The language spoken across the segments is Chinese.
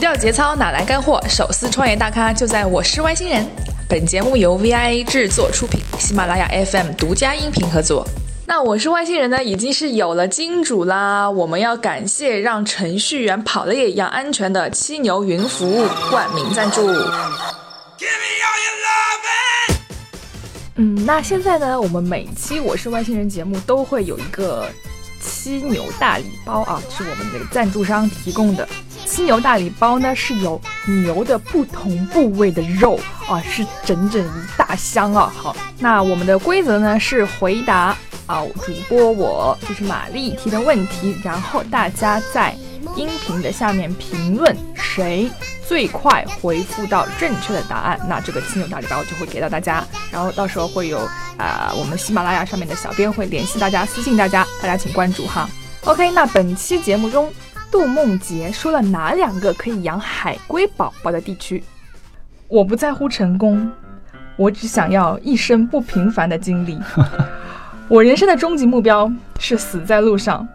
掉节操哪来干货？手撕创业大咖就在我是外星人。本节目由 VIA 制作出品，喜马拉雅 FM 独家音频合作。那我是外星人呢，已经是有了金主啦。我们要感谢让程序员跑得也一样安全的七牛云服务冠名赞助。嗯，那现在呢，我们每期《我是外星人》节目都会有一个七牛大礼包啊，是我们这个赞助商提供的。七牛大礼包呢是有牛的不同部位的肉啊，是整整一大箱啊。好，那我们的规则呢是回答啊主播我就是玛丽提的问题，然后大家在音频的下面评论谁最快回复到正确的答案，那这个亲友大礼包就会给到大家。然后到时候会有啊、呃我们喜马拉雅上面的小编会联系大家，私信大家，大家请关注哈。OK，那本期节目中，杜梦洁说了哪两个可以养海龟宝宝的地区？我不在乎成功，我只想要一生不平凡的经历。我人生的终极目标是死在路上。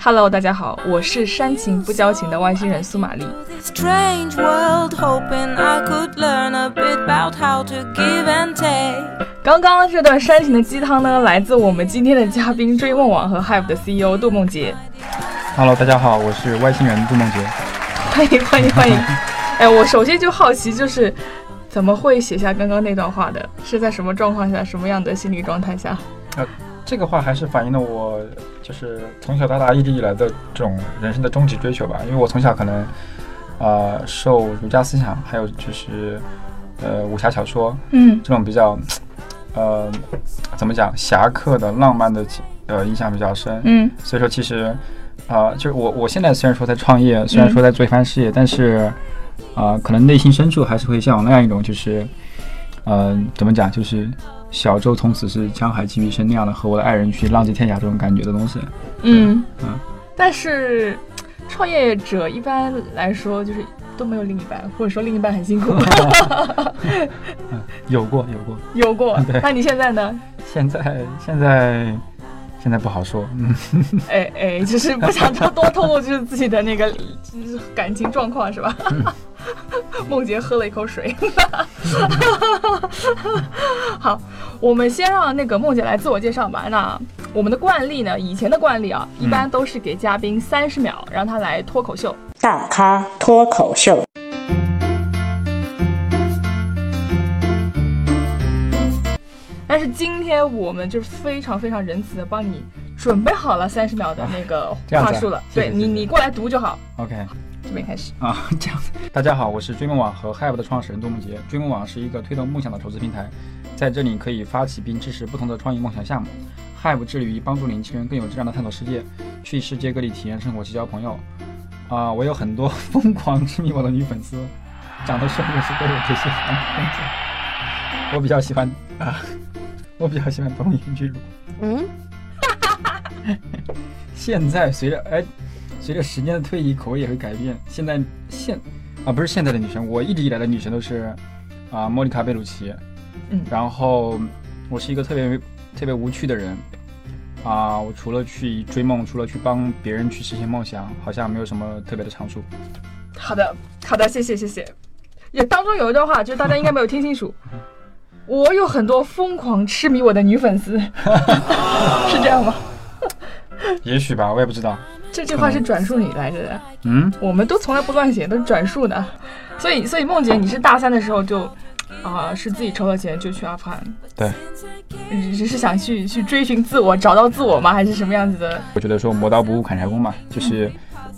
Hello，大家好，我是煽情不交情的外星人苏玛丽。 This strange world, hoping I could learn a bit about how to give and take. 刚刚这段煽情的鸡汤呢，来自我们今天的嘉宾追梦网和 Hive 的 CEO 杜梦洁。 Hello，大家好，我是外星人杜梦洁。欢迎欢迎欢迎！哎，我首先就好奇，就是怎么会写下刚刚那段话的？是在什么状况下，什么样的心理状态下？这个话还是反映了我就是从小到大一直以来的这种人生的终极追求吧，因为我从小可能呃受儒家思想，还有就是呃武侠小说嗯这种比较呃怎么讲侠客的浪漫的呃印象比较深，嗯所以说其实啊、呃就是我我现在虽然说在创业，虽然说在做一番事业，但是啊、呃可能内心深处还是会向往那样一种，就是嗯、呃怎么讲，就是小舟从此是江海寄余生那样的，和我的爱人去浪迹天涯这种感觉的东西。嗯嗯但是创业者一般来说就是都没有另一半，或者说另一半很辛苦。有过，有过。有过，那你现在呢？现在现在现在不好说，嗯，哎哎，就是不想多多透露就是自己的那个就是感情状况是吧？梦洁喝了一口水。 好，我们先让那个梦洁来自我介绍吧。那我们的惯例呢，以前的惯例啊，一般都是给嘉宾三十秒，让他来脱口秀。大咖脱口秀，但是今天我们就是非常非常仁慈的帮你准备好了三十秒的那个这样子话啊术了，谢谢对谢你谢你过来读就好。 OK 准备开始。啊，这样子。大家好，我是追梦网和 Hive 的创始人杜梦洁。追梦网是一个推动梦想的投资平台，在这里可以发起并支持不同的创业梦想项目。Hive 致力于帮助年轻人更有质量的探索世界，去世界各地体验生活，结交朋友。啊、我有很多 疯狂痴迷我的女粉丝，长得帅也是被我这些 粉丝。我比较喜欢啊，我比较喜欢东瀛巨乳。嗯， 现在随着哎，随着时间的推移，口味也会改变。现在现啊，不是现在的女神，我一直以来的女神都是啊，莫妮卡贝鲁奇。嗯然后我是一个特别特别无趣的人啊，我除了去追梦，除了去帮别人去实现梦想，好像没有什么特别的长处。好的，好的，谢谢谢谢。也当中有一段话，就是大家应该没有听清楚。我有很多疯狂痴迷我的女粉丝，是这样吗？也许吧，我也不知道。这句话是转述你来着的，嗯，我们都从来不乱写，都是转述的。所以，所以梦姐，你是大三的时候就，啊、是自己筹了钱就去阿富汗，对，只只是想去去追寻自我，找到自我吗？还是什么样子的？我觉得说磨刀不误砍柴工嘛，嗯就是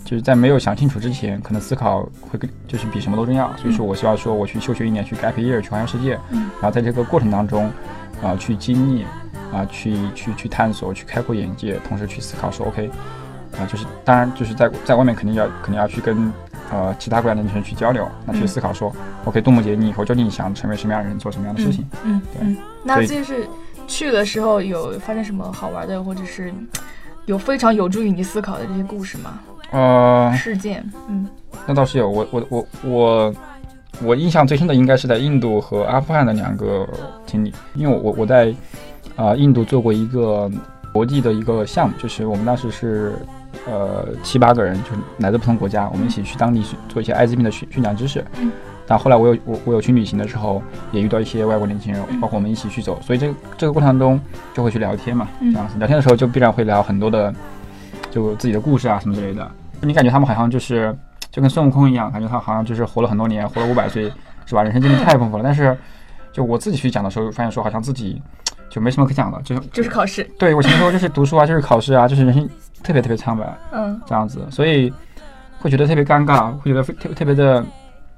就是在没有想清楚之前，可能思考会更就是比什么都重要。所嗯以说我希望说我去休学一年，去 gap year，去环游世界，然后在这个过程当中，啊、去经历，啊、去去去探索，去开阔眼界，同时去思考说 OK，啊、就是当然就是在在外面肯定要肯定要去跟。呃，其他国家的人去交流，那去嗯思考说、o k 杜梦姐，你以后究竟想成为什么样的人，做什么样的事情？嗯啊对嗯，那所以就是去的时候有发生什么好玩的，或者是有非常有助于你思考的这些故事吗？呃，事件，嗯那倒是有，我我我我我印象最深的应该是在印度和阿富汗的两个经历，因为我我我在啊、呃印度做过一个国际的一个项目，就是我们当时是呃七八个人，就是来自不同国家，我们一起去当地去做一些艾滋病的宣宣讲知识。嗯但后来我有我我有去旅行的时候，也遇到一些外国年轻人，嗯包括我们一起去走，所以这个这个过程当中就会去聊天嘛，嗯这样子聊天的时候就必然会聊很多的，就自己的故事啊什么之类的。你感觉他们好像就是就跟孙悟空一样，感觉他好像就是活了很多年，活了五百岁，是吧？人生经历太丰富了。但是就我自己去讲的时候，发现说好像自己就没什么可讲的，就是就是考试，对我前面说就是读书啊，就是考试啊，就是人生特别特别苍白嗯这样子，所以会觉得特别尴尬，会觉得特特别的，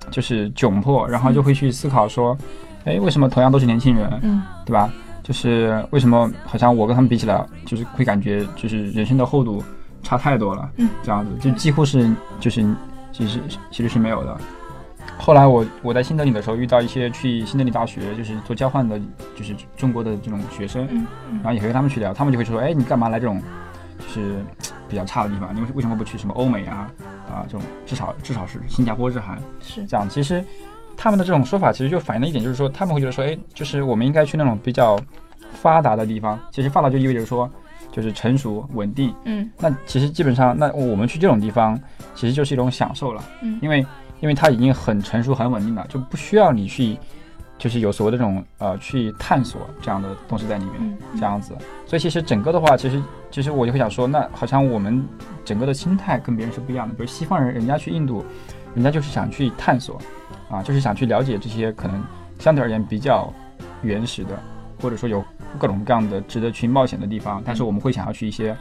就是窘迫，然后就会去思考说，哎，为什么同样都是年轻人，嗯对吧？就是为什么好像我跟他们比起来，就是会感觉就是人生的厚度差太多了，嗯，这样子就几乎是就是其实其实是没有的。后来我我在新德里的时候遇到一些去新德里大学就是做交换的，就是中国的这种学生，嗯然后也会跟他们去聊，他们就会说，哎，你干嘛来这种就是比较差的地方？你为为什么不去什么欧美啊啊这种至少至少是新加坡、日韩是这样？其实他们的这种说法其实就反映了一点，就是说他们会觉得说，哎，就是我们应该去那种比较发达的地方。其实发达就意味着说，就是成熟稳定。嗯那其实基本上，那我们去这种地方其实就是一种享受了，嗯因为因为它已经很成熟、很稳定了，就不需要你去。就是有所谓的这种呃，去探索这样的东西在里面，嗯这样子。所以其实整个的话，其实其实我就会想说，那好像我们整个的心态跟别人是不一样的。比如西方人，人家去印度，人家就是想去探索，啊，就是想去了解这些可能相对而言比较原始的，或者说有各种各样的值得去冒险的地方。但是我们会想要去一些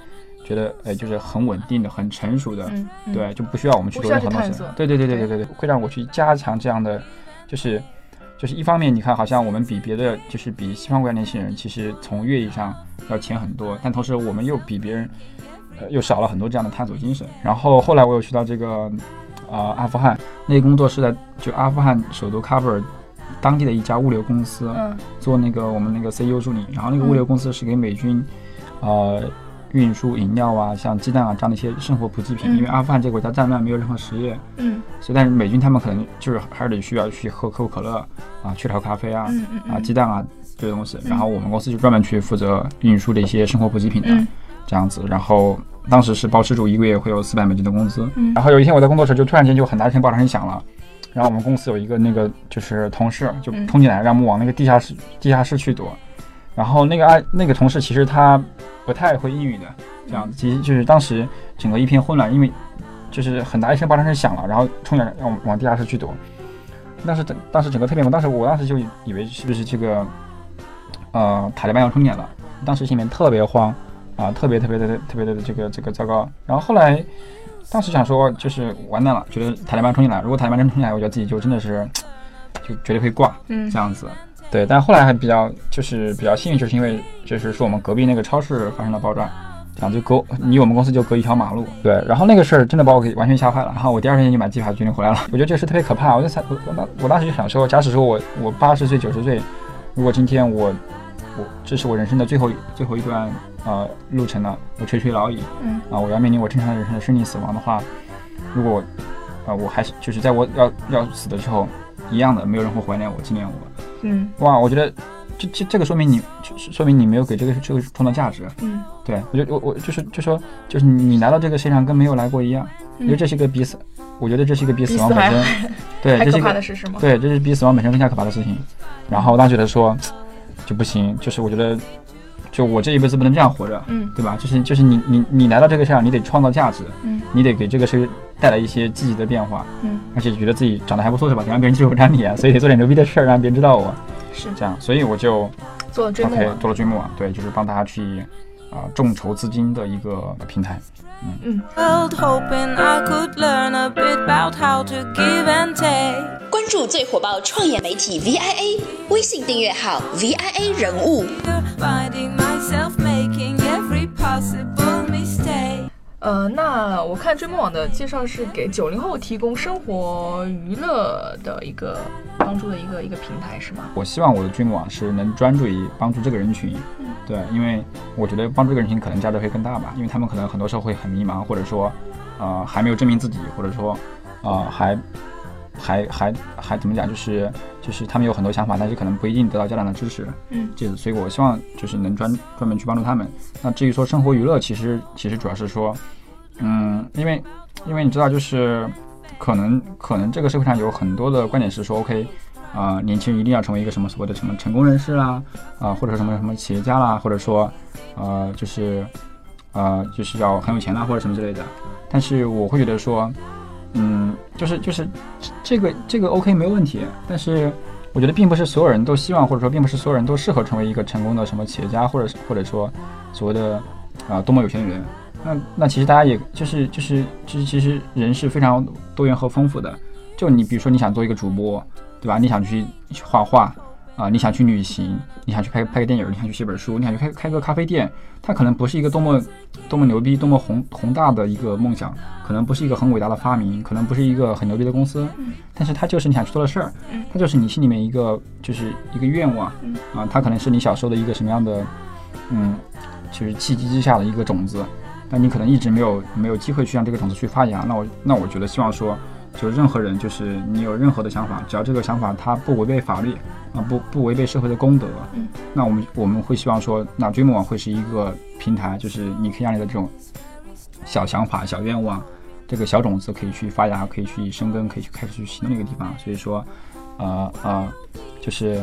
觉得呃就是很稳定的、很成熟的，嗯，嗯，对，就不需要我们去不做需要任何去东探西索。对对对对对对对，会让我去加强这样的，就是就是一方面，你看好像我们比别的就是比西方国家年轻人，其实从阅历上要浅很多，但同时我们又比别人呃又少了很多这样的探索精神。然后后来我有去到这个呃阿富汗，那个工作是在就阿富汗首都喀布尔当地的一家物流公司，嗯做那个我们那个 CEO 助理，然后那个物流公司是给美军，呃，运输饮料啊，像鸡蛋啊这样的一些生活补给品，嗯因为阿富汗这个国家战乱没有任何实业，嗯所以但是美军他们可能就是还是得需要去喝可口可乐啊，去喝咖啡啊，嗯嗯啊嗯鸡蛋啊这些东西，嗯然后我们公司就专门去负责运输这些生活补给品的、嗯这样子，然后。当时是包失主一个月会有四百美金的工资，嗯然后有一天我在工作时候就突然间就很大声爆炸声响了，然后我们公司有一个那个就是同事就嗯冲进来，让我们往那个地下室地下室去躲。然后那个啊那个同事其实他不太会英语的，这样子其实就是当时整个一片混乱，因为就是很大一声爆炸声响了，然后冲进来让我们往地下室去躲。当时整当时整个特别懵，当时我当时就以为是不是这个呃塔利班要冲进来了，当时心里面特别慌啊、特别特别的特别的这个这个糟糕。然后后来当时想说，就是完蛋了，觉得塔利班冲进来，如果塔利班真冲进来，我觉得自己就真的是就绝对会挂嗯这样子。对，但后来还比较就是比较幸运，就是因为就是说我们隔壁那个超市发生了爆炸，这样就隔离我们公司就隔一条马路。对，然后那个事儿真的把我给完全吓坏了，然后我第二天就买机票决定回来了。 我觉得这个事特别可怕，我就想我我当我当时就想说，假使说我我八十岁九十岁，如果今天我我这是我人生的最后一最后一段呃路程了，我垂垂老矣，嗯啊，我要面临我正常的人生的生理死亡的话，如果啊我还是就是在我要要死的时候一样的，没有人会怀念我纪念我，嗯哇，我觉得这这这个说明你这说明你没有给这个这个创造价值，嗯对我就我我就是就说就是你来到这个世界上跟没有来过一样，因为嗯这是一个比死，我觉得这是一个比比死死亡本还身，嗯对，还这是可一个怕的是什么？对，这是比死亡本身更加可怕的事情。然后我当时觉得说就不行，就是我觉得就我这一辈子不能这样活着，嗯对吧？就是就是你你你来到这个世界上，你得创造价值，嗯你得给这个社会带来一些积极的变化，嗯，而且觉得自己长得还不错是吧？得让别人记住我这张脸，所以得做点牛逼的事儿，让别人知道我是这样，所以我就做了追梦 OK 网。做了追梦网，对，就是帮大家去啊、众筹资金的一个平台。 World hoping I could learn a bit about how to give and take. 关注最火爆创业媒体 VIA，微信订阅号 VIA 人物。 Finding myself making every possible mistake. 呃，那我看追梦网的介绍是给九零后提供生活娱乐的一个帮助的一个一个平台是吗？我希望我的追梦网是能专注于帮助这个人群，对，因为我觉得帮助这个人群可能价值会更大吧，因为他们可能很多时候会很迷茫，或者说，呃，还没有证明自己，或者说，呃，还还还还怎么讲，就是就是他们有很多想法，但是可能不一定得到家长的支持，嗯，这个，所以我希望就是能专专门去帮助他们。那至于说生活娱乐，其实其实主要是说，嗯，因为因为你知道，就是可能可能这个社会上有很多的观点是说，OK，啊、年轻人一定要成为一个什么所谓的什么成功人士啦，啊、或者什么什么企业家啦，或者说，呃，就是呃，就是要很有钱啦，或者什么之类的。但是我会觉得说，嗯，就是就是这个这个 OK 没有问题，但是我觉得并不是所有人都希望，或者说并不是所有人都适合成为一个成功的什么企业家，或者是或者说所谓的啊、多么有钱人。那那其实大家也就是就是就是其实人是非常多元和丰富的。就你比如说你想做一个主播，对吧？你想去去画画啊、你想去旅行，你想去拍拍个电影，你想去写本书，你想去开开个咖啡店，它可能不是一个多么多么牛逼、多么宏宏大的一个梦想，可能不是一个很伟大的发明，可能不是一个很牛逼的公司，但是它就是你想去做的事儿，它就是你心里面一个就是一个愿望啊，它可能是你小时候的一个什么样的嗯，就是契机之下的一个种子。那你可能一直没有没有机会去让这个种子去发芽。那我那我觉得希望说，就任何人，就是你有任何的想法，只要这个想法它不违背法律啊，不不违背社会的公德，那我们我们会希望说，那追梦网会是一个平台，就是你可以让你的这种小想法、小愿望，这个小种子可以去发芽，可以去生根，可以去开始去行动的一个地方。所以说，呃呃，就是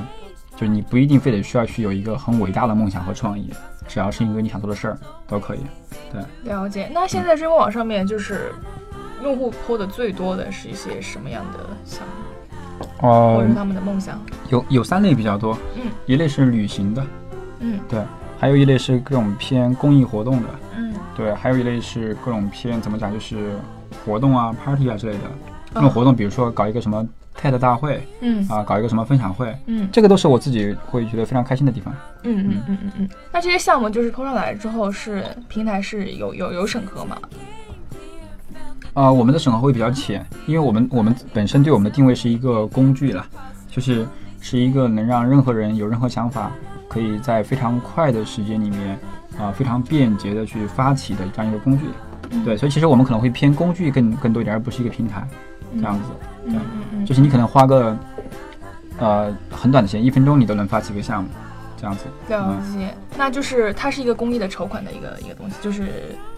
就你不一定非得需要去有一个很伟大的梦想和创意，只要是一个你想做的事儿都可以。了解。那现在追梦网上面就是用户 PO 的最多的是一些什么样的项目，哦或者他们的梦想？有有三类比较多，嗯，一类是旅行的，嗯对，还有一类是各种偏公益活动的，嗯，对，还有一类是各种偏怎么讲，就是活动啊、party 啊之类的。这哦种活动，比如说搞一个什么 TED 大会嗯啊，搞一个什么分享会，嗯这个都是我自己会觉得非常开心的地方。嗯嗯嗯嗯嗯。那这些项目就是 PO 上来之后是，平台是有有有审核嘛？啊，我们的审核会比较浅，因为我们我们本身对我们的定位是一个工具啦，就是是一个能让任何人有任何想法，可以在非常快的时间里面，啊、非常便捷的去发起的这样一个工具。对，所以其实我们可能会偏工具更更多一点，而不是一个平台这样子。嗯嗯嗯就是你可能花个呃很短的时间，一分钟你都能发起一个项目，这样子。了解，那就是它是一个公益的筹款的一个一个东西，就是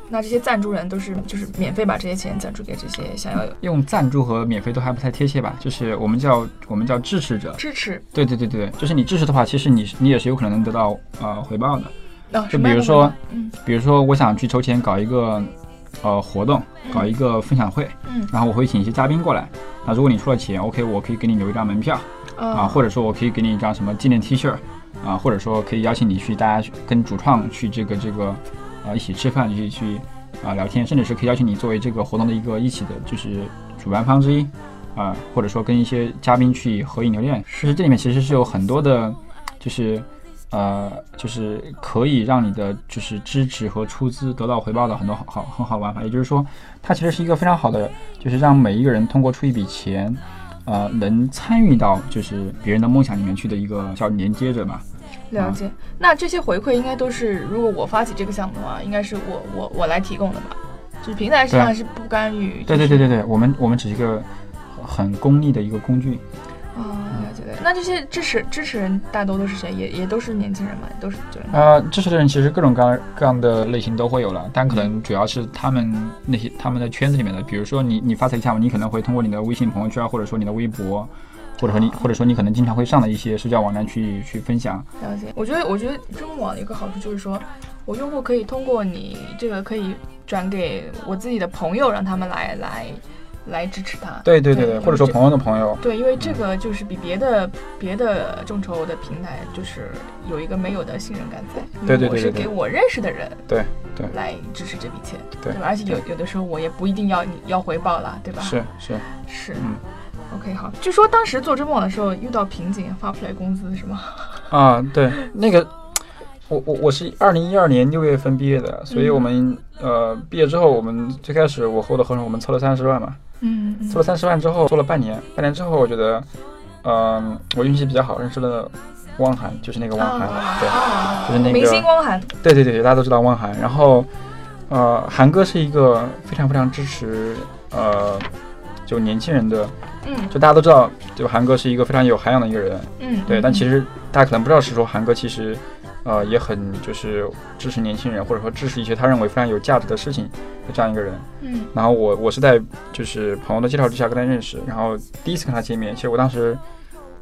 那这些赞助人都是就是免费把这些钱赞助给这些想要有用赞助和免费都还不太贴切吧？就是我们叫我们叫支持者。支持对对对对，就是你支持的话，其实你你也是有可能能得到呃回报的。哦，就什么比样如的说活动，嗯比如说，我想去筹钱搞一个呃活动，搞一个分享会，嗯然后我会请一些嘉宾过来。那如果你出了钱，OK，我可以给你留一张门票啊，啊或者说我可以给你一张什么纪念 T 恤啊，或者说可以邀请你去大家去跟主创去这个这个啊一起吃饭，去去啊聊天，甚至是可以邀请你作为这个活动的一个一起的，就是主办方之一啊，或者说跟一些嘉宾去合影留念。就是这里面其实是有很多的，就是呃，就是可以让你的就是支持和出资得到回报的很多好好很好的办法。也就是说，它其实是一个非常好的，就是让每一个人通过出一笔钱，呃，能参与到就是别人的梦想里面去的一个叫连接者吧。了解，那这些回馈应该都是如果我发起这个项目的话，应该是我我我来提供的吧？就是平台实际上对啊是不干预，就对对是对对对，我们我们只是一个很功利的一个工具。啊，了解了解。那这些支持支持人大多都是谁？也也都是年轻人嘛，也都是就是呃，支持的人其实各种各样各样的类型都会有了，但可能主要是他们那些他们的圈子里面的，比如说你你发财一项目，你可能会通过你的微信朋友圈，或者说你的微博，或者说你或者说你可能经常会上的一些社交网站去去分享。了解，我觉得我觉得追梦网有一个好处就是说，我用户可以通过你这个可以转给我自己的朋友，让他们来来来支持他。对对对对对对，对或者说朋友的朋友，对，因为这个就是比别的别的众筹的平台，就是有一个没有的信任感在。因为对对对我是对对给我认识的人对对来支持这笔钱，对吧？而且有有的时候我也不一定要你要回报啦，对吧？是是，是。嗯 OK，好。据说当时做追梦网的时候遇到瓶颈，发不出来工资是吗？啊，对，那个我我我是二零一二年六月份毕业的，所以我们、呃毕业之后，我们最开始我和我的合伙人我们凑了三十万嘛，嗯嗯凑了三十万之后做了半年，半年之后我觉得，嗯、我运气比较好，认识了汪涵，就是那个汪涵，哦对，就是那个啊明星光涵，对对对，大家都知道汪涵。然后，呃，韩哥是一个非常非常支持呃就年轻人的，嗯就大家都知道，就韩哥是一个非常有涵养的一个人，嗯，对，但其实大家可能不知道是说韩哥其实呃，也很就是支持年轻人，或者说支持一些他认为非常有价值的事情的这样一个人。嗯，然后我我是在就是朋友的介绍之下跟他认识，然后第一次跟他见面，其实我当时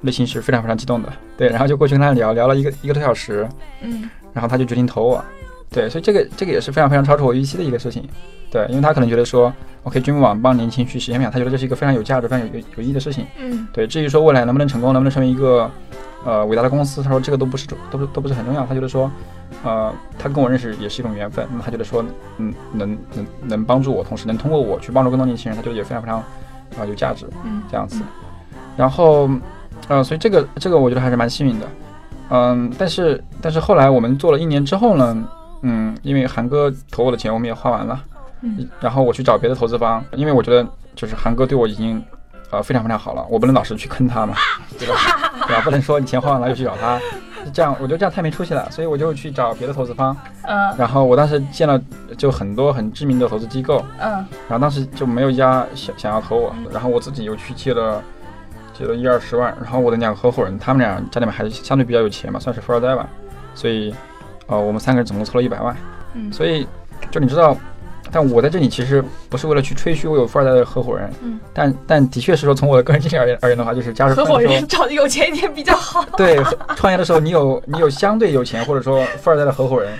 内心是非常非常激动的，对，然后就过去跟他聊聊了一个一个多小时，嗯，然后他就决定投我，对，所以这个这个也是非常非常超出我预期的一个事情，对，因为他可能觉得说，OK，君网帮年轻去实现梦想，他觉得这是一个非常有价值、非常有有有意义的事情，嗯，对，至于说未来能不能成功，能不能成为一个呃伟大的公司，他说这个都不是重都不都不是很重要，他觉得说，呃，他跟我认识也是一种缘分，那么他觉得说，嗯，能能能帮助我，同时能通过我去帮助更多年轻人，他觉得也非常非常啊、呃有价值，嗯，这样子，然后，呃，所以这个这个我觉得还是蛮幸运的，嗯，但是但是后来我们做了一年之后呢，嗯，因为韩哥投我的钱我们也花完了，嗯，然后我去找别的投资方，因为我觉得就是韩哥对我已经呃非常非常好了，我不能老是去坑他嘛，对吧？对吧？不能说你钱花完了又去找他，这样我觉得这样太没出息了，所以我就去找别的投资方，嗯然后我当时见了就很多很知名的投资机构，嗯然后当时就没有一家想想要投我，然后我自己又去借了借了一二十万，然后我的两个合伙人他们俩家里面还是相对比较有钱吧，算是富二代吧，所以呃我们三个人总共凑了一百万，嗯所以就你知道，但我在这里其实不是为了去吹嘘我有富二代的合伙人，嗯但但的确是说从我的个人经历而言而言的话，就是加入合伙的时候人找的有钱一点比较好。 对，创业的时候你有你有相对有钱或者说富二代的合伙人，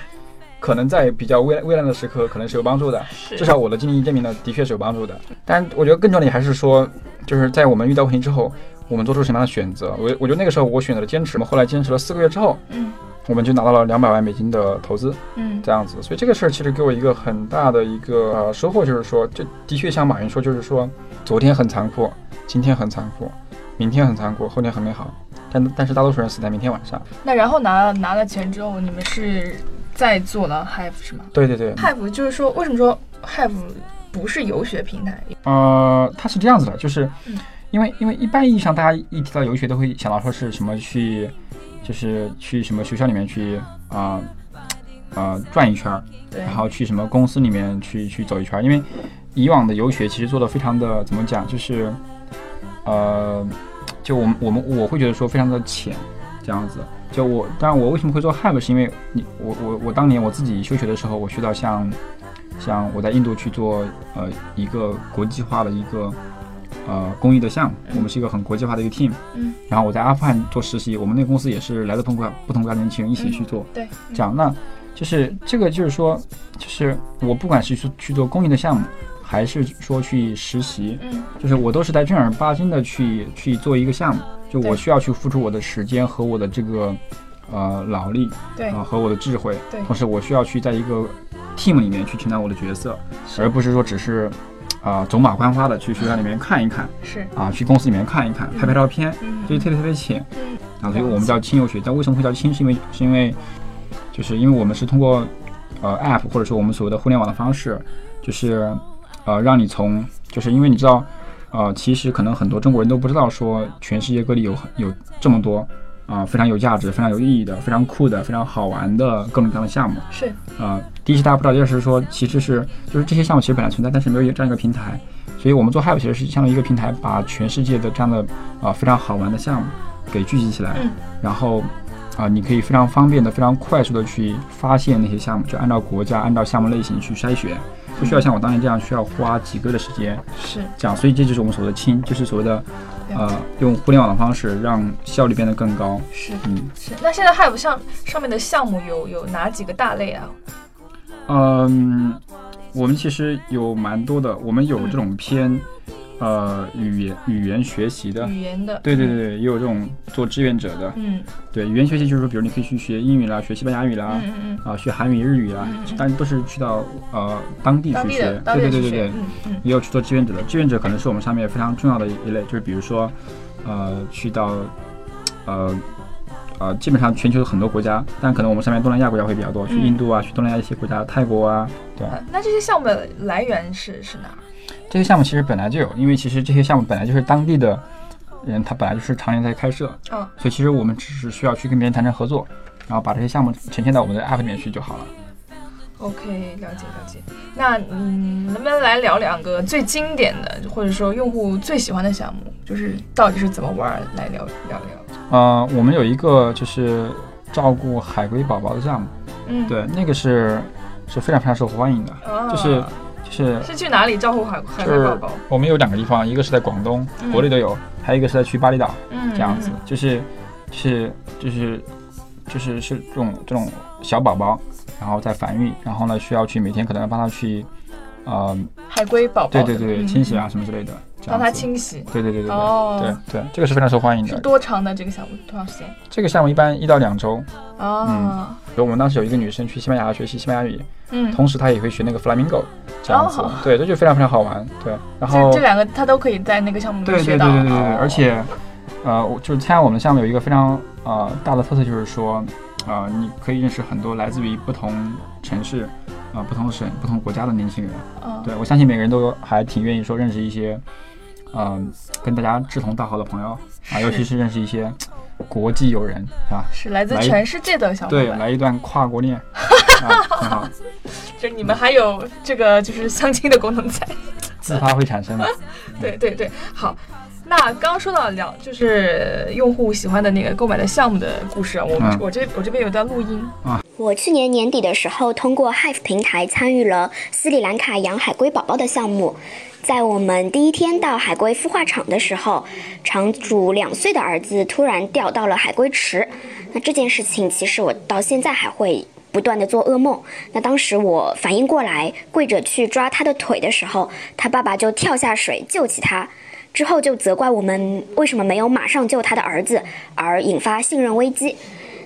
可能在比较危危难的时刻可能是有帮助的，至少我的经历证明了的确是有帮助的。但是我觉得更重要的还是说，就是在我们遇到问题之后，我们做出什么样的选择。我我觉得那个时候我选择了坚持，我们后来坚持了四个月之后，嗯，我们就拿到了两百万美金的投资。嗯这样子，所以这个事儿其实给我一个很大的一个呃收获，就是说，这的确像马云说，就是说，昨天很残酷，今天很残酷，明天很残酷，后天很美好，但但是大多数人死在明天晚上。那然后拿了拿了钱之后，你们是再做了 Hive 是吗对对对， ？Hive 就是说，为什么说 Hive 不是游学平台？呃，它是这样子的，就是嗯因为因为一般意义上，大家一提到游学都会想到说是什么去，就是去什么学校里面去啊啊、呃转一圈，儿，对然后去什么公司里面去去走一圈，儿，因为以往的游学其实做的非常的怎么讲，就是呃，就我们我们我会觉得说非常的浅，这样子。就我，当然我为什么会做 Hub，是因为你我我我当年我自己休学的时候，我去到像像我在印度去做呃一个国际化的一个呃公益的项目，我们是一个很国际化的一个 team。嗯。然后我在阿富汗做实习，我们那个公司也是来自不同国家不同国家的年轻人一起去做。对，这样，那就是这个，就是说，就是我不管是去去做公益的项目，还是说去实习，嗯就是我都是在正儿八经的去去做一个项目，就对我需要去付出我的时间和我的这个呃劳力，对啊、和我的智慧，对同时我需要去在一个 team 里面去承担我的角色，而不是说只是啊、呃走马观花的去学校里面看一看是，啊，去公司里面看一看，拍拍照片，嗯就是特别特别浅。嗯啊，所以我们叫轻游学。但为什么会叫轻？是因为是因为就是因为我们是通过呃 app 或者说我们所谓的互联网的方式，就是呃让你从就是因为你知道呃其实可能很多中国人都不知道说全世界各地有有这么多啊、非常有价值、非常有意义的、非常酷的、非常好玩的各种各样的项目。是，呃，第一是大家不知道，第二是说其实是就是这些项目其实本来存在，但是没有一个这样一个平台，所以我们做 Hive 其实是相当于一个平台，把全世界的这样的啊、呃非常好玩的项目给聚集起来，嗯然后啊、你可以非常方便的、非常快速的去发现那些项目，就按照国家、按照项目类型去筛选，不需要像我当年这样需要花几个月的时间是这样，所以这就是我们所谓的轻，就是所谓的呃用互联网的方式让效率变得更高，是嗯。是。那现在 Hive 上上面的项目有有哪几个大类啊？嗯，我们其实有蛮多的，我们有这种偏呃语言语言学习的，语言的，啊对对对对，也有这种做志愿者的。嗯对，语言学习就是说，比如你可以去学英语啦，学西班牙语啦，嗯嗯啊，学韩语、日语啦嗯嗯，但都是去到呃当地嗯，当去地学的，当对地的对对去对学，对。嗯嗯也有去做志愿者的，志愿者可能是我们上面非常重要的一类，就是比如说，呃，去到，呃，呃，基本上全球很多国家，但可能我们上面东南亚国家会比较多，去嗯印度啊，去东南亚一些国家，泰国啊，对吧啊那这些项目的来源是是哪儿？这些项目其实本来就有，因为其实这些项目本来就是当地的人，他本来就是常年在开设，嗯所以其实我们只是需要去跟别人谈成合作，然后把这些项目呈现到我们的 app 里面去就好了。 OK，了解了解。那嗯，能不能来聊两个最经典的，或者说用户最喜欢的项目，就是到底是怎么玩儿？来聊聊聊。呃，我们有一个就是照顾海龟宝宝的项目，嗯，，对，那个是是非常非常受欢迎的，啊、就是就是是去哪里照顾海海就龟宝是宝？我们有两个地方，一个是在广东嗯国内都有，还有一个是在去巴厘岛嗯，这样子嗯，就是就是就是就是是这种这种小宝宝，然后在繁育，然后呢需要去每天可能帮他去，呃，海龟宝宝对的，对对，嗯清洗，啊什么之类的，这帮样它子。清洗。对对对对对对啊哦，对，这个是非常受欢迎是的。多长的这个项目？多长时间？这个项目一般一到两周，啊，比如我们当时有一个女生去西班牙学习西班牙语，嗯，同时她也会学那个 flamingo，这样子哦，对，这就非常非常好玩。对，然后这这两个它都可以在那个项目里对面对对学对到，对对对，哦而且，呃，我就是参加我们项目有一个非常呃大的特色，就是说，呃，你可以认识很多来自于不同城市、呃不同省、不同国家的年轻人。嗯对我相信每个人都还挺愿意说认识一些，嗯、跟大家志同道合的朋友啊，尤其是认识一些国际友人，是吧？是来自来全世界的小伙对，伴，来一段跨国 恋，啊，很好，就是你们还有这个就是相亲的功能在。自发会产生的。对对对，好。那刚说到两就是用户喜欢的那个购买的项目的故事，啊我、嗯我这我这边有段录音，我去年年底的时候，通过 Hive 平台参与了斯里兰卡养海龟宝宝的项目。在我们第一天到海龟孵化场的时候，场主两岁的儿子突然掉到了海龟池。那这件事情，其实我到现在还会不断的做噩梦。那当时我反应过来，跪着去抓他的腿的时候，他爸爸就跳下水救起他。之后就责怪我们为什么没有马上救他的儿子，而引发信任危机。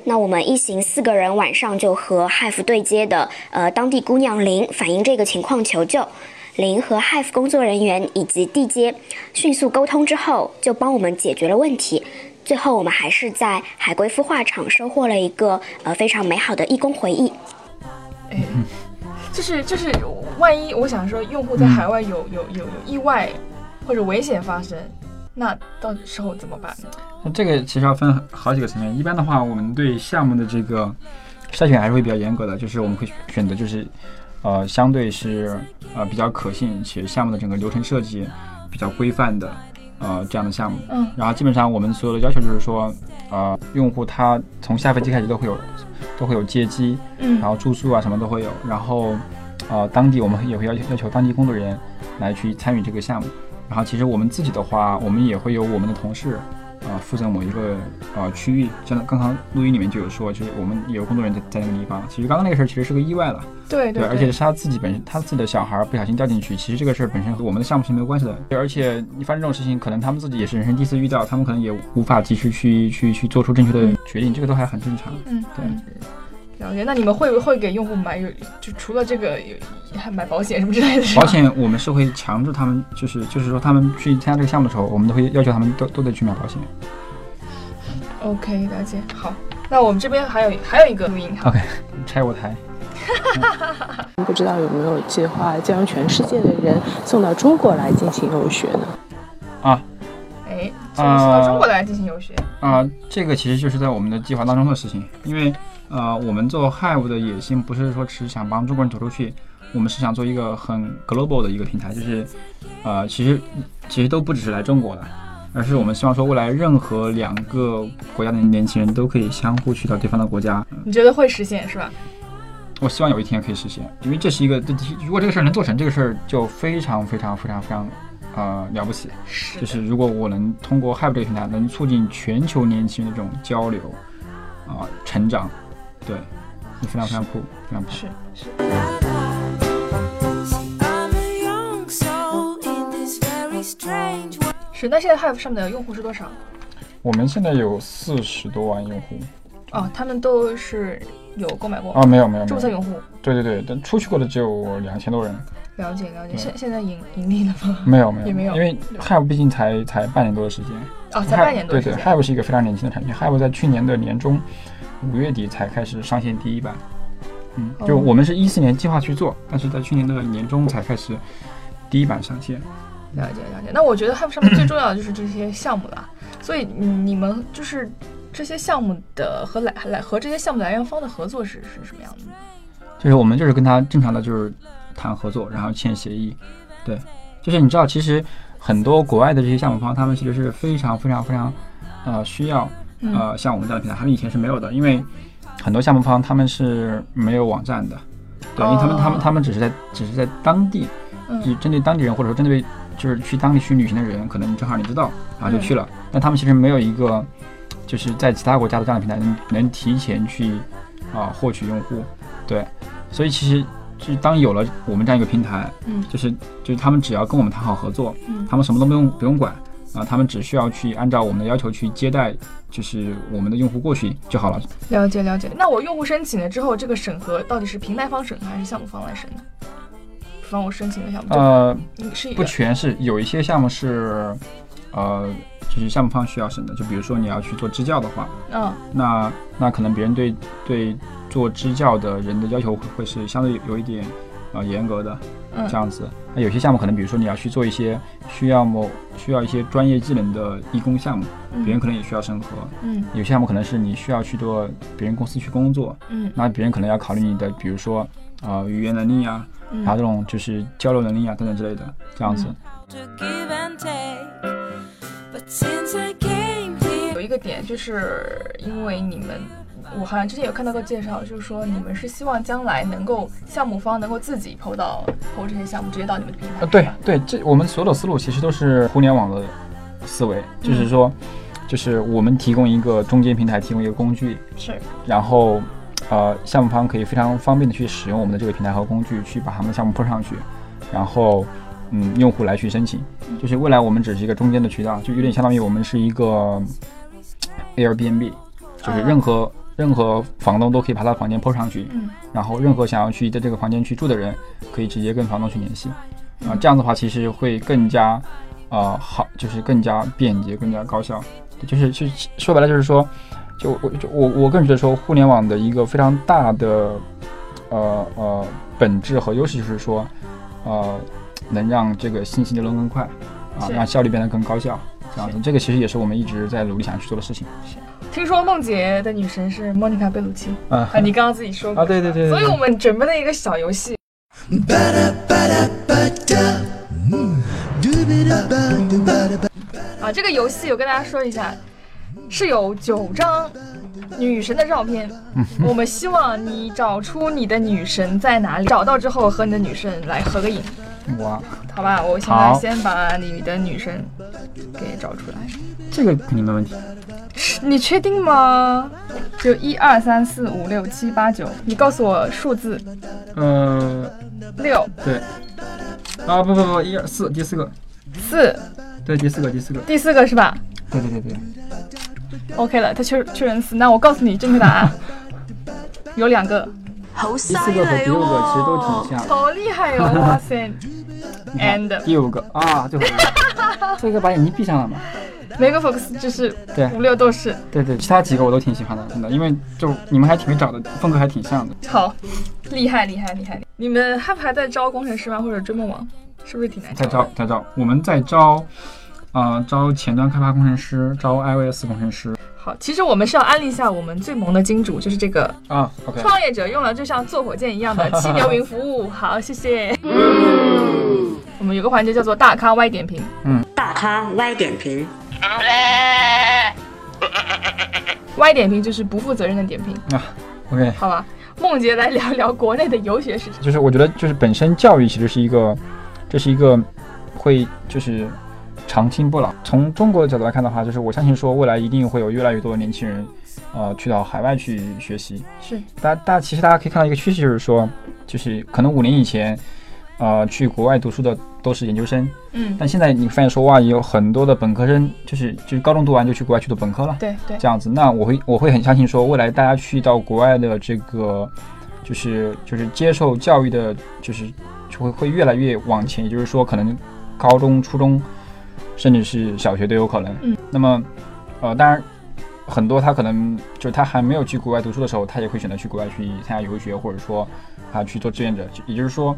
那我们一行四个人晚上就和 Hive 对接的呃当地姑娘林反映这个情况求救。林和 Hive 工作人员以及地接迅速沟通之后，就帮我们解决了问题。最后，我们还是在海龟孵化场收获了一个呃非常美好的义工回忆。哎，就是就是，万一我想说用户在海嗯外有、有有有意外或者危险发生，那到时候怎么办呢？那这个其实要分好几个层面。一般的话，我们对项目的这个筛选还是会比较严格的，就是我们会选择就是，呃，相对是呃比较可信且项目的整个流程设计比较规范的，呃这样的项目。嗯。然后基本上我们所有的要求就是说，呃，用户他从下飞机开始都会有都会有接机，嗯然后住宿啊什么都会有，然后呃当地我们也会要求要求当地工作人员来去参与这个项目。然后其实我们自己的话，我们也会有我们的同事。呃，负责某一个呃区域，像刚刚录音里面就有说，就是我们有工作人员在在那个地方。其实刚刚那个事儿其实是个意外了，对对，而且是他自己本身，他自己的小孩儿不小心掉进去，其实这个事儿本身和我们的项目是没有关系的。对而且你发生这种事情，可能他们自己也是人生第一次遇到，他们可能也无法及时去去去做出正确的决定，这个都还很正常。嗯，对，嗯了解。那你们会不会给用户买有就除了这个有还买保险什么之类的是吧？保险我们是啊会强制他们，就是就是说他们去参加这个项目的时候，我们都会要求他们都都得去买保险。 OK，了解。好，那我们这边还有还有一个录音，好， OK，拆我台。不知道有没有计划将全世界的人送到中国来进行游学呢？哎，送呃到中国来进行游学，啊、这个其实就是在我们的计划当中的事情，因为呃，我们做 Hive 的野心不是说只是想帮中国人走出去，我们是想做一个很 global 的一个平台，就是呃，其实其实都不只是来中国的，而是我们希望说未来任何两个国家的年轻人都可以相互去到对方的国家。你觉得会实现是吧？我希望有一天可以实现，因为这是一个，这如果这个事儿能做成，这个事儿就非常非常非常非常呃了不起。是就的。是如果我能通过 Hive 这个平台，能促进全球年轻人的这种交流啊、成长，对，就非常非常酷，非常酷。是是 I'm a young soul in this very strange world. 是，那现在 Hive 上面的用户是多少？嗯我们现在有四十多万用户哦，他们都是有购买过啊，没有没有注没册有，用户，对对对，但出去过的只有两千多人，了解了解。对现现在盈盈利了 吗？没有没有，也没有因为 Hive 毕竟才才半年多的时间，哦，才半年多 Hive- 时对对间。 ，Hive 是一个非常年轻的产品，Hive 在去年的年中五月底才开始上线第一版，嗯，就哦我们是一四年计划去做，但是在去年的年中才开始第一版上线。了解了解。那我觉得 Hive 上面最重要的就是这些项目啦，嗯所以你你们就是这些项目的和来来和这些项目来源方的合作是是什么样的呢？就是我们就是跟他正常的就是谈合作，然后签协议，对，就是你知道，其实很多国外的这些项目方，他们其实是非常非常非常呃需要嗯呃，像我们这样的平台，他们以前是没有的，因为很多项目方他们是没有网站的，对，因为他们他们他们只是在只是在当地，嗯只针对当地人或者说针对就是去当地去旅行的人，可能正好你知道，然后就去了，但他们其实没有一个就是在其他国家的这样的平台能能提前去啊、获取用户，对，所以其实就是当有了我们这样一个平台，嗯就是就是他们只要跟我们谈好合作，嗯他们什么都不用不用管。啊，他们只需要去按照我们的要求去接待，就是我们的用户过去就好了。了解了解。那我用户申请了之后，这个审核到底是平台方审核还是项目方来审呢？比方我申请的项目，就呃，你是一不个全是，有一些项目是，呃，就是项目方需要审的。就比如说你要去做支教的话，嗯那那可能别人对对做支教的人的要求会会是相对有一点呃严格的嗯这样子。那有些项目可能，比如说你要去做一些需要某需要一些专业技能的义工项目，别人可能也需要审核。嗯有些项目可能是你需要去做别人公司去工作，嗯那别人可能要考虑你的，比如说呃语言能力啊，嗯然后这种就是交流能力啊等等之类的这样子。 to give and take. But since I came here, 有一个点，就是因为你们，我好像之前有看到过介绍，就是说你们是希望将来能够项目方能够自己投到投这些项目，直接到你们的平台。呃，对是吧对，这我们所有的思路其实都是互联网的思维，就是说，就是我们提供一个中间平台，提供一个工具，是然后呃，项目方可以非常方便的去使用我们的这个平台和工具，去把他们的项目铺上去，然后嗯，用户来去申请，就是未来我们只是一个中间的渠道，就有点相当于我们是一个 Airbnb，就是任何、任何房东都可以把他的房间铺上去，嗯然后任何想要去在这个房间去住的人，可以直接跟房东去联系，嗯啊、这样的话其实会更加，呃，好，就是更加便捷，更加高效，对就是就说白了就是说，就我就我我个人觉得说，互联网的一个非常大的，呃呃本质和优势就是说，呃，能让这个信息流动更快，啊，是让效率变得更高效，这样子，这个其实也是我们一直在努力想去做的事情，听说梦姐的女神是莫妮卡贝鲁奇啊啊，你刚刚自己说过啊，对对对对所以对我们准备了一个小游戏，啊，这个游戏我跟大家说一下，是有九张女神的照片，我们希望你找出你的女神在哪里，找到之后和你的女神来合个影，哇，好吧？我现在好先把你的女神给找出来，这个肯定没问题，你确定吗？就一二三四五六七八九，你告诉我数字呃。六对，啊不不不，一二四，第四个，四，对，第四个，第四个，第四个是吧对对对对， ？OK 了，他确确认四。那我告诉你正确答案， 有两个，第啊四个和第六个其实都挺像的。好厉害哟、哇塞！你看 And- 第五个啊，最后一个，这个把眼睛闭上了嘛？每个 Fox 就是对五六都是对对，其他几个我都挺喜欢的，真的，因为就你们还挺会找的，风格还挺像的。好，厉害厉害厉害！你们还不还在招工程师吗？或者追梦网？是不是挺难在的招在招，我们在招，呃，招前端开发工程师，招 iOS 工程师好，其实我们是要安利一下我们最萌的金主，就是这个啊。OK，创业者用了就像坐火箭一样 的七牛云服务。好，谢谢。嗯我们有个环节叫做大咖歪点评，大咖歪点评， 歪点评就是不负责任的点评，啊，OK，好吧？梦洁来聊聊国内的游学市场。就是我觉得就是本身教育其实是一个，这是一个会就是长青不老。从中国的角度来看的话，就是我相信说未来一定会有越来越多的年轻人，呃，去到海外去学习。是，大大其实大家可以看到一个趋势，就是说，就是可能五年以前，呃，去国外读书的都是研究生，嗯，但现在你发现说哇，有很多的本科生就是就是高中读完就去国外去读本科了。对对，这样子，那我会我会很相信说，未来大家去到国外的这个，就是就是接受教育的，就是就会会越来越往前，也就是说，可能高中、初中，甚至是小学都有可能。嗯，那么呃，当然很多他可能就是他还没有去国外读书的时候，他也会选择去国外去参加游学，或者说啊去做志愿者，就也就是说，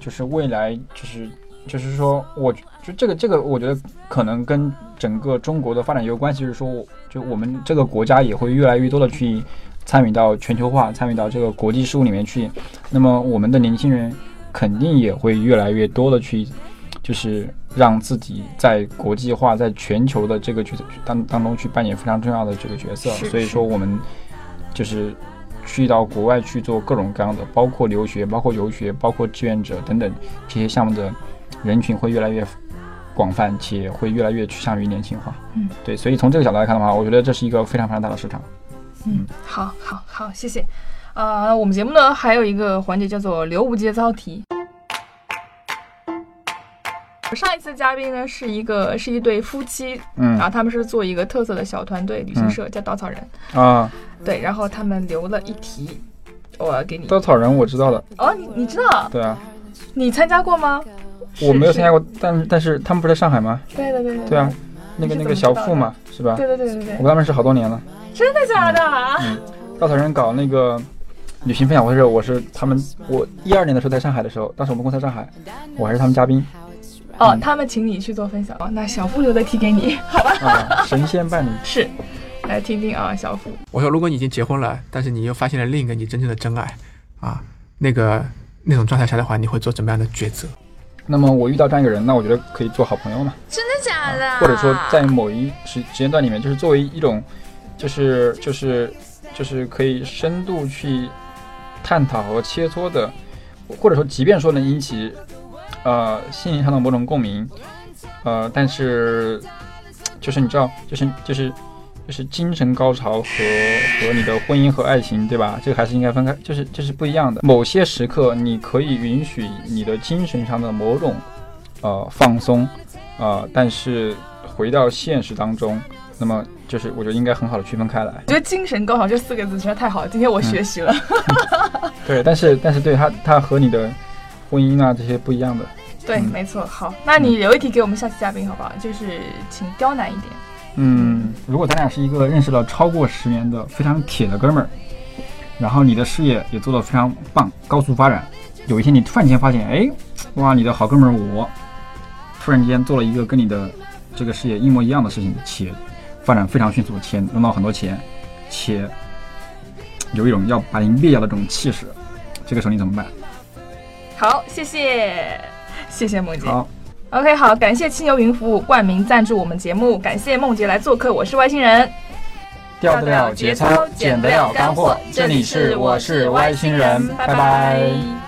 就是未来就是。就是说，我就这个这个，我觉得可能跟整个中国的发展也有关系，就是说，就我们这个国家也会越来越多的去参与到全球化，参与到这个国际事务里面去。那么我们的年轻人肯定也会越来越多的去，就是让自己在国际化、在全球的这个角色当当中去扮演非常重要的这个角色。是所以说，我们就是去到国外去做各种各样的，包括留学、包括游学、包括志愿者等等这些项目的人群会越来越广泛，且会越来越趋向于年轻化。嗯，对。所以从这个角度来看的话，我觉得这是一个非常非常大的市场。嗯，好好好，谢谢。呃，我们节目呢还有一个环节叫做“刘无节操题”。上一次嘉宾呢是一个是一对夫妻，嗯然后他们是做一个特色的小团队旅行社，叫稻草人。啊，对，然后他们留了一题，我要给你。稻草人我知道的，哦，你你知道，对啊，你参加过吗？我没有参加过。过，但但是他们不是在上海吗？对的对的。对啊，那个你是怎那个么小知道付嘛，是吧？对对对对对我跟他们嗯是好多年了。真的假的啊？稻草人搞那个旅行分享会的时候，我是他们，我一二年的时候在上海的时候，当时我们公司在上海，我还是他们嘉宾哦，他们请你去做分享，哦，那小付留的题给你，好吧？ 啊，神仙伴侣。是，来听听啊，小付。我说，如果你已经结婚了，但是你又发现了另一个你真正的真爱，啊，那个那种状态下的话，你会做怎么样的抉择？那么我遇到这样一个人，那我觉得可以做好朋友嘛，真的假的或者说在某一时时间段里面，就是作为一种，就是就是就是可以深度去探讨和切磋的，或者说即便说能引起呃心灵上的某种共鸣，呃，但是就是你知道，就是就是就是精神高潮和和你的婚姻和爱情，对吧？这个还是应该分开，就是就是不一样的。某些时刻，你可以允许你的精神上的某种呃放松，呃，但是回到现实当中，那么就是我觉得应该很好的区分开来。我觉得“精神高潮”这四个字实在太好了，今天我学习了。嗯对，但是但是对它它和你的婚姻啊这些不一样的。对，嗯没错。好，那你留一题给我们下次嘉宾好不好？就是请刁难一点。嗯，如果咱俩是一个认识了超过十年的非常铁的哥们儿，然后你的事业也做得非常棒，高速发展，有一天你突然间发现，哎，哇，你的好哥们儿我，突然间做了一个跟你的这个事业一模一样的事情，且发展非常迅速，且弄到很多钱，且有一种要把你灭掉的这种气势，这个时候你怎么办？好，谢谢，谢谢梦洁。好， OK，好，感谢七牛云服务冠名赞助我们节目，感谢梦洁来做客，我是外星人。掉得了节操，捡得了干货，这里是我是外星人，拜拜